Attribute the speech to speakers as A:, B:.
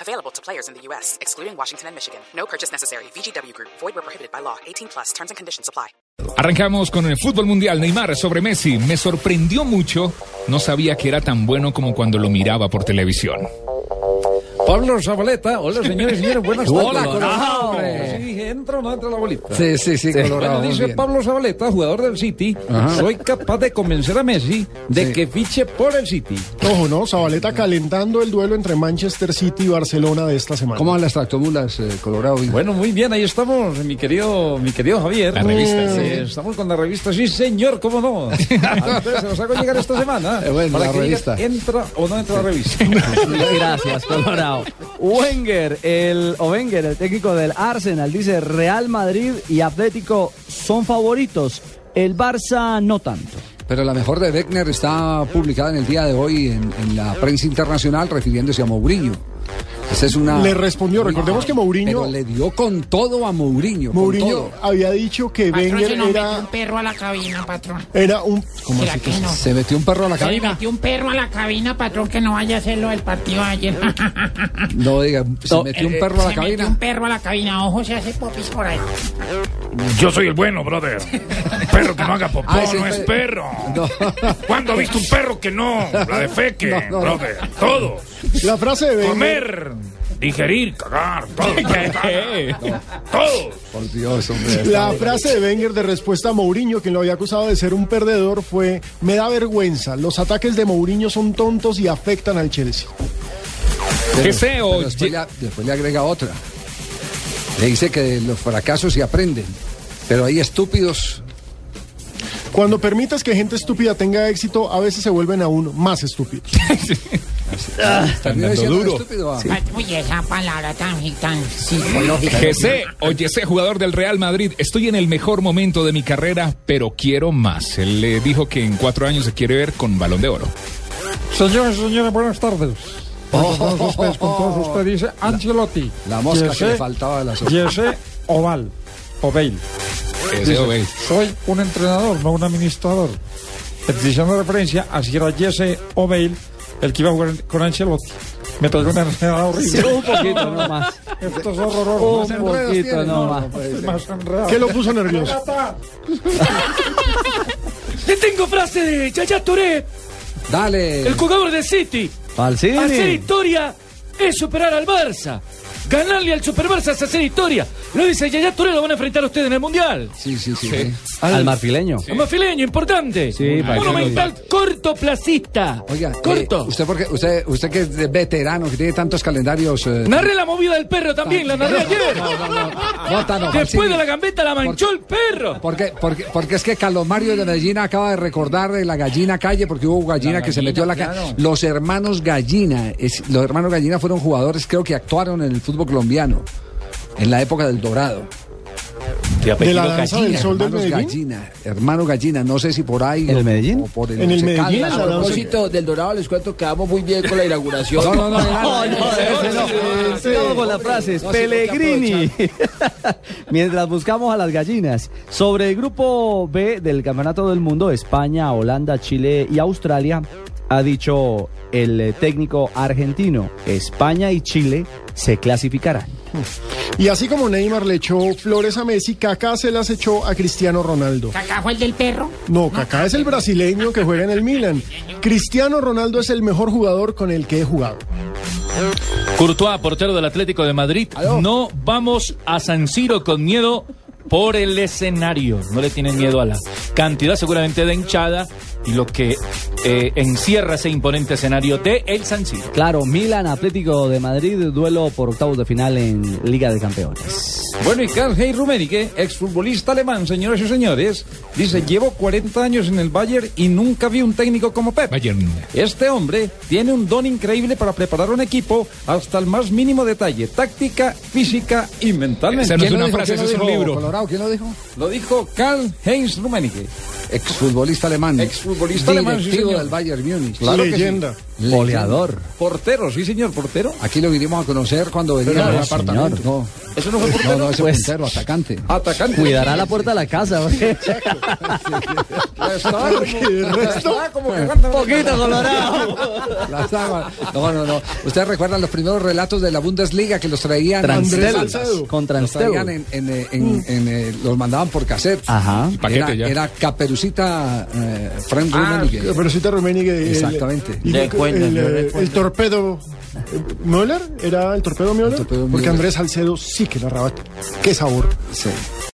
A: Available to players in the U.S., excluding Washington and Michigan. No purchase necessary. VGW Group, void were prohibited by law. 18 plus terms and conditions apply.
B: Arrancamos con el fútbol mundial. Neymar sobre Messi. Me sorprendió mucho. No sabía que era tan bueno como cuando lo miraba por televisión.
C: Pablo Zabaleta, hola señores y señores, buenas tardes.
D: Hola, Colorado.
C: Hombre. Sí, dije, entra o no entra la bolita.
D: Sí, sí, sí, Colorado.
C: Bueno,
D: muy
C: dice
D: bien.
C: Pablo Zabaleta, jugador del City, soy capaz de convencer a Messi de que fiche por el City.
E: Ojo, ¿no? Zabaleta calentando el duelo entre Manchester City y Barcelona de esta semana.
D: ¿Cómo van las tractomulas, eh, Colorado?
C: Bueno, muy bien, ahí estamos, mi querido, mi querido Javier.
B: La revista,
C: Sí, estamos con la revista, sí señor, cómo no. A ustedes se los hago llegar esta semana.
D: Eh, bueno,
C: para
D: la
C: que digan,
D: revista.
C: entra o no entra la revista.
F: Gracias, Colorado. Wenger, el, o Wenger, el técnico del Arsenal, dice Real Madrid y Atlético son favoritos. El Barça no tanto.
D: Pero la mejor de Beckner está publicada en el día de hoy en, en la prensa internacional refiriéndose a Mourinho. Esa es una...
E: Le respondió, recordemos que Mourinho-
D: Pero le dio con todo a Mourinho. con
E: Mourinho
D: todo.
E: había dicho que
G: Patrón,
E: Wenger
G: se nos metió
E: era,
G: un perro a la cabina, patrón.
E: era un... ¿Cómo
G: ¿Será que no?
D: Se metió un perro a la
G: Se le
D: cabina.
G: metió un perro a la cabina, patrón, que no vaya a hacerlo del partido de ayer.
D: No diga, se metió un perro a la
G: eh, Se metió un
D: cabina.
G: perro a la cabina, ojo, se hace popis por ahí.
H: Yo soy el bueno, brother. Perro que no haga popó
D: Ah, ese
H: no es
D: fue-
H: perro.
D: No.
H: ¿Cuándo ha visto un perro que no? La de feque,
D: No, no, no.
H: brother. Todo.
E: La frase de Wenger...
H: Comer, digerir, cagar, todo. Todo.
D: Por Dios, hombre.
E: La frase de Wenger de respuesta a Mourinho, quien lo había acusado de ser un perdedor, fue, me da vergüenza, los ataques de Mourinho son tontos y afectan al Chelsea.
D: Pero-
B: Qué feo.
D: pero Después le, después le agrega otra. Le dice que de los fracasos se aprenden. Pero hay estúpidos
E: Cuando permitas que gente estúpida tenga éxito, a veces se vuelven aún más estúpidos.
D: Terminó diciendo estúpido a-
G: Oye, esa palabra tan, tan psicológica.
B: Jesse, oye, ese jugador del Real Madrid, estoy en el mejor momento de mi carrera, pero quiero más. Él le dijo que en cuatro años se quiere ver con balón de oro.
C: Señores y señores, buenas tardes. Con todos ustedes, con todos ustedes, dice Ancelotti.
D: La mosca que
C: Jesse-
D: le faltaba de la sopa.
C: Jesse Oval, o Bale.
B: Ese,
C: Dice,
B: Obey.
C: soy un entrenador, no un administrador. Utilizando referencia a si era Jesse O'Bale, el que iba a jugar con Ancelotti. Me traigo un entrenador horrible.
F: Un poquito nomás.
C: Esto es
I: Oh,
C: horroroso.
F: Un poquito nomás.
C: Es más enredado.
E: ¿Qué lo puso nervioso?
I: Le tengo frase de Yaya Touré,
D: Dale.
I: el jugador de City. Hacer
F: Falsini.
I: historia es superar al Barça. Ganarle al Super Barça es hacer historia. Lo dice Yaya Touré, lo van a enfrentar ustedes en el Mundial.
D: Sí, sí, sí. sí.
F: Al marfileño.
I: Es mafileño, importante.
F: Sí, para que lo
I: Monumental cortoplacista.
D: Oiga, eh,
I: Corto.
D: usted, porque, usted, usted que es de veterano, que tiene tantos calendarios. eh,
I: Narré la movida del perro también, la narré ayer.
D: No, no, no. Bota, no, Falsini.
I: Después de la gambeta la manchó el perro.
D: Porque, porque, porque es que Calomario de Medellín acaba de recordar de la gallina calle, porque hubo gallina, que se metió a la calle. Los hermanos gallina, es- los hermanos gallina fueron jugadores, creo que actuaron en el fútbol colombiano, en la época del Dorado.
E: De la danza del sol del
D: Pues hermanos
E: Medellín.
D: gallina, hermano gallina, no sé si por ahí.
F: ¿En
D: o-
F: el Medellín?
D: o por el,
E: En el
D: Once
E: Medellín,
D: Caldas,
E: la
D: o-
E: danza-
F: del Dorado les cuento que vamos muy bien con la inauguración. Oh,
D: No, no, no,
F: No, no, ese no. Sigamos con las frases. Pellegrini. Mientras buscamos a las gallinas. Sobre el grupo B del Campeonato del Mundo, España, Holanda, Chile y Australia, ha dicho el eh, técnico argentino, España y Chile se clasificarán.
E: Y así como Neymar le echó flores a Messi, Kaká se las echó a Cristiano Ronaldo.
G: ¿Cacá fue el del perro?
E: No, Kaká es el brasileño que juega en el Milan. Cristiano Ronaldo es el mejor jugador con el que he jugado.
I: Courtois, portero del Atlético de Madrid. No vamos a San Siro con miedo por el escenario. No le tienen miedo a la cantidad seguramente de hinchada y lo que eh, encierra ese imponente escenario de el San Siro.
F: Claro, Milan, Atlético de Madrid, duelo por octavos de final en Liga de Campeones.
C: Bueno, y Karl Heinz Rummenigge, exfutbolista alemán, señoras y señores, dice, llevo 40 años en el Bayern y nunca vi un técnico como Pep.
B: Bayern.
C: Este hombre tiene un don increíble para preparar un equipo hasta el más mínimo detalle, táctica, física y mentalmente.
B: Esa no es
D: ¿Quién
B: una
D: lo dijo?
B: frase,
D: ¿Quién
B: ese es
D: lo
B: un
D: dijo,
B: libro.
D: Colorado, ¿quién lo dijo?
C: Lo dijo Karl Heinz Rummenigge.
D: Exfutbolista alemán.
C: Exfutbolista alemán, sí,
D: Directivo
C: señor.
D: del Bayern Múnich.
C: Claro que sí.
E: Leyenda.
F: Goleador.
C: Portero, sí señor, portero.
D: Aquí lo vinimos a conocer cuando venía
C: no, señor.
D: al apartamento. No,
C: Eso no fue portero.
D: no, no, ese
F: Pues-
D: puntero, atacante.
C: Atacante.
F: Cuidará la puerta de la casa. hombre.
C: Estaba como, estaba como que
F: Poquito colorado.
D: La estaba- No, no, no. Ustedes recuerdan los primeros relatos de la Bundesliga que los traían.
F: Transtel.
D: Andrés Alzas.
F: Con
D: Los
F: Transtel.
D: traían en, en, eh, en- en, eh, los mandaban por cassette.
F: Ajá.
B: Y paquete
D: era,
B: ya.
D: era Caperucita eh, Frank
E: Ah,
D: Rummenigge.
E: pero sí te Rummenigge. el-
D: Exactamente.
E: y
J: De
E: el-
J: acuerdo,
E: el,
J: yo
E: eh,
J: recuerdo.
E: el torpedo. eh, ¿Müller? ¿Era el torpedo Müller?
D: torpedo
E: Porque
D: Müller.
E: Andrés Salcedo sí que la rabata. Qué sabor.
D: Sí.